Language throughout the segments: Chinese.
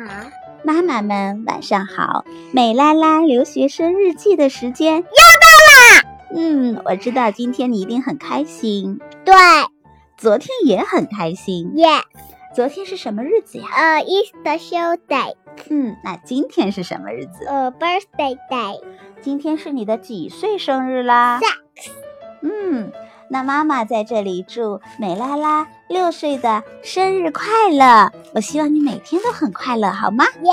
好，妈妈们晚上好！美拉拉留学生日记的时间又到啦！嗯，我知道今天你一定很开心，对，昨天也很开心。耶、昨天是什么日子呀？嗯呃，Easter show day，嗯，那今天是什么日子？呃，birthday uh, day，今天是你的几岁生日啦？嗯，那妈妈在这里祝美拉拉六岁的生日快乐！我希望你每天都很快乐，好吗？耶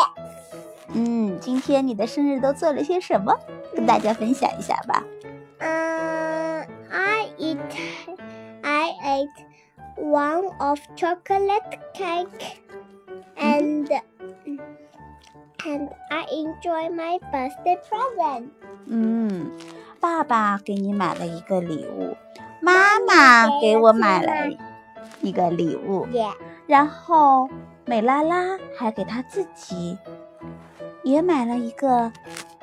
嗯，今天你的生日都做了些什么？跟大家分享一下吧。嗯，I Uh, eat I ate one of chocolate cake and and I enjoy my birthday present。嗯，爸爸给你买了一个礼物，妈妈给我买了一个礼物，耶然后美拉拉还给她自己也买了一个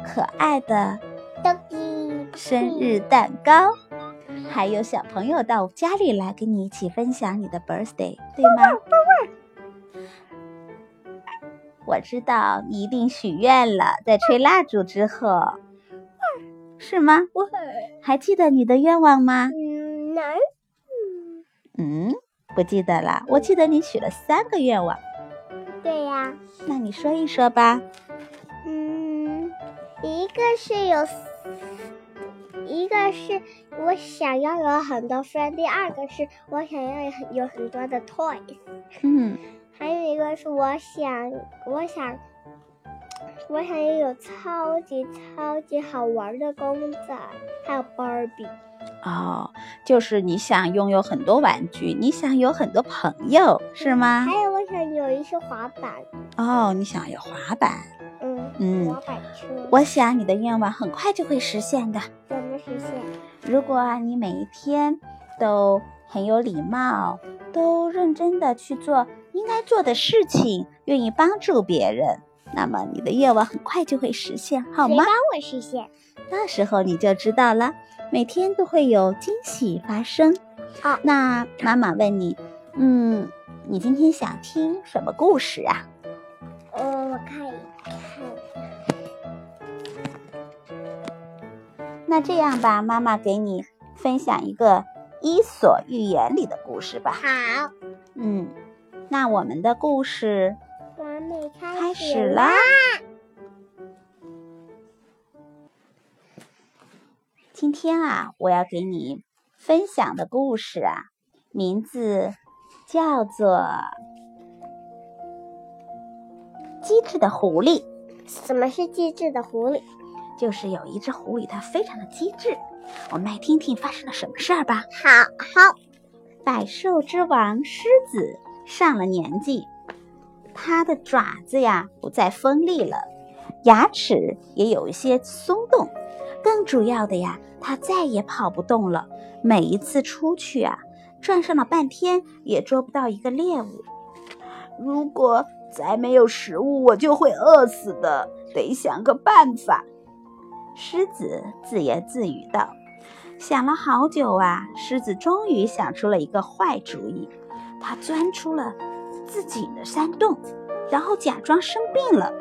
可爱的，doggy，生日蛋糕，还有小朋友到家里来跟你一起分享你的 birthday，对吗？我知道你一定许愿了，在吹蜡烛之后，是吗？我还记得你的愿望吗？嗯能，嗯，不记得了。我记得你许了三个愿望，对呀、那你说一说吧。嗯，一个是有，一个是我想要有很多 friend，第二个是我想要有很有很多的 toys，嗯还有一个是我想，我想，我想要有超级超级好玩的公仔，还有芭比。哦，就是你想拥有很多玩具，你想有很多朋友，是吗？还有我想有一些滑板，哦，你想有滑板。嗯，嗯滑板车。我想你的愿望很快就会实现的。怎么实现？如果啊你每一天都很有礼貌，都认真的去做应该做的事情，愿意帮助别人，那么你的愿望很快就会实现，好谁吗帮？我实现？到时候你就知道了，每天都会有惊喜发生。好那妈妈问你，嗯，你今天想听什么故事啊？哦，我看一看。那这样吧，妈妈给你分享一个《伊索寓言》里的故事吧。好。嗯，那我们的故事完美开开始始啦。今天啊，我要给你分享的故事啊，名字叫做《机智的狐狸》。什么是机智的狐狸？就是有一只狐狸，它非常的机智。我们来听听发生了什么事儿吧。好好，百兽之王狮子上了年纪，它的爪子呀不再锋利了，牙齿也有一些松动。更主要的呀，它再也跑不动了。每一次出去啊，转上了半天也捉不到一个猎物。如果再没有食物，我就会饿死的。得想个办法。狮子自言自语道。想了好久啊，狮子终于想出了一个坏主意。它钻出了自己的山洞，然后假装生病了。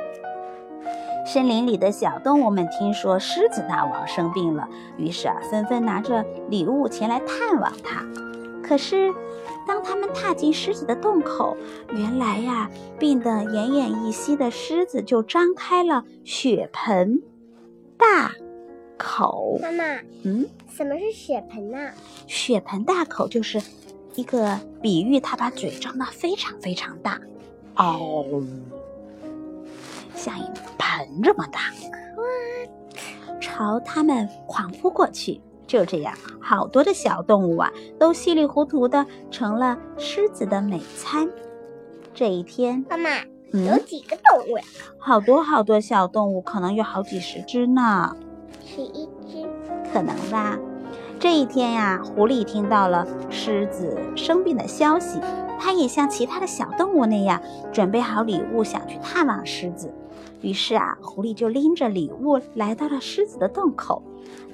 森林里的小动物们听说狮子大王生病了，于是啊，纷纷拿着礼物前来探望他。可是，当他们踏进狮子的洞口，原来呀、病得奄奄一息的狮子就张开了血盆大口。妈妈，嗯，什么是血盆呐、血盆大口就是一个比喻，它把嘴张得非常非常大，哦，像一盆这么大，朝他们狂扑过去。就这样，好多的小动物啊，都稀里糊涂的成了狮子的美餐。这一天，妈妈，有嗯，几个动物呀？好多好多小动物，可能有好几十只呢。是一只。可能吧。这一天呀、狐狸听到了狮子生病的消息，它也像其他的小动物那样准备好礼物，想去探望狮子。于是啊，狐狸就拎着礼物来到了狮子的洞口，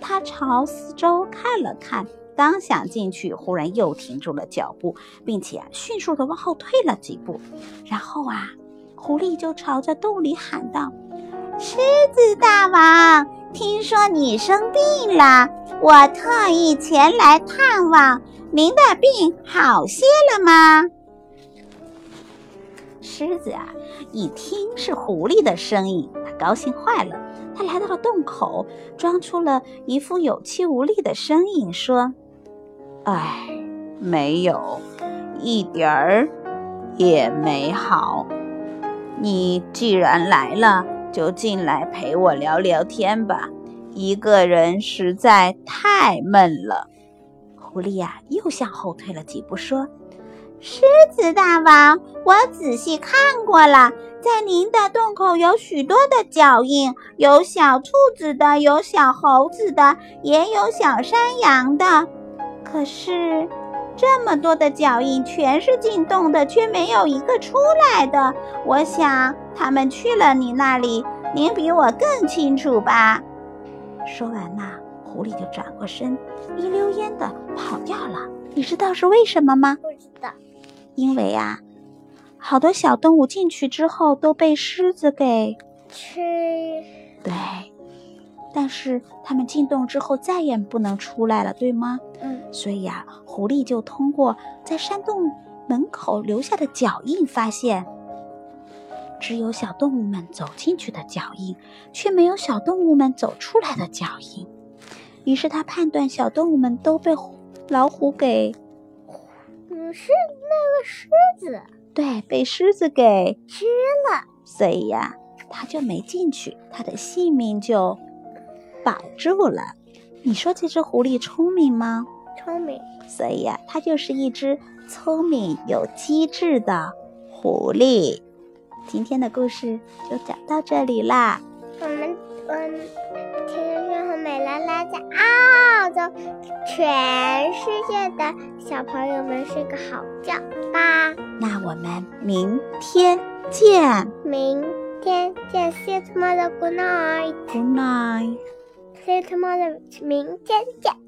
它朝四周看了看，刚想进去，忽然又停住了脚步，并且啊、迅速地往后退了几步。然后啊，狐狸就朝着洞里喊道：“狮子大王，听说你生病了，我特意前来探望，您的病好些了吗？”狮子啊，一听是狐狸的声音，它高兴坏了。它来到洞口，装出了一副有气无力的声音，说：“哎唉，没有，一点儿也没好。你既然来了，就进来陪我聊聊天吧。一个人实在太闷了。”狐狸呀、啊，又向后退了几步，说。狮子大王，我仔细看过了，在您的洞口有许多的脚印，有小兔子的，有小猴子的，也有小山羊的。可是，这么多的脚印全是进洞的，却没有一个出来的。我想他们去了你那里，您比我更清楚吧。说完呐、啊，狐狸就转过身，一溜烟的跑掉了。你知道是为什么吗？不知道。因为啊，好多小动物进去之后都被狮子给吃。对，但是它们进洞之后再也不能出来了，对吗？嗯。所以呀、啊，狐狸就通过在山洞门口留下的脚印，发现只有小动物们走进去的脚印，却没有小动物们走出来的脚印。于是他判断小动物们都被老虎给。嗯，是那个狮子，对，被狮子给吃了，所以呀、啊，他就没进去，他的性命就保住了。你说这只狐狸聪明吗？聪明，所以呀、啊，它就是一只聪明有机智的狐狸。今天的故事就讲到这里啦，我们我听听和美拉拉在澳洲全世界的小朋友们睡个好觉吧。那我们明天见。明天见，See you tomorrow. Good night. Good night. See you tomorrow. 明天见。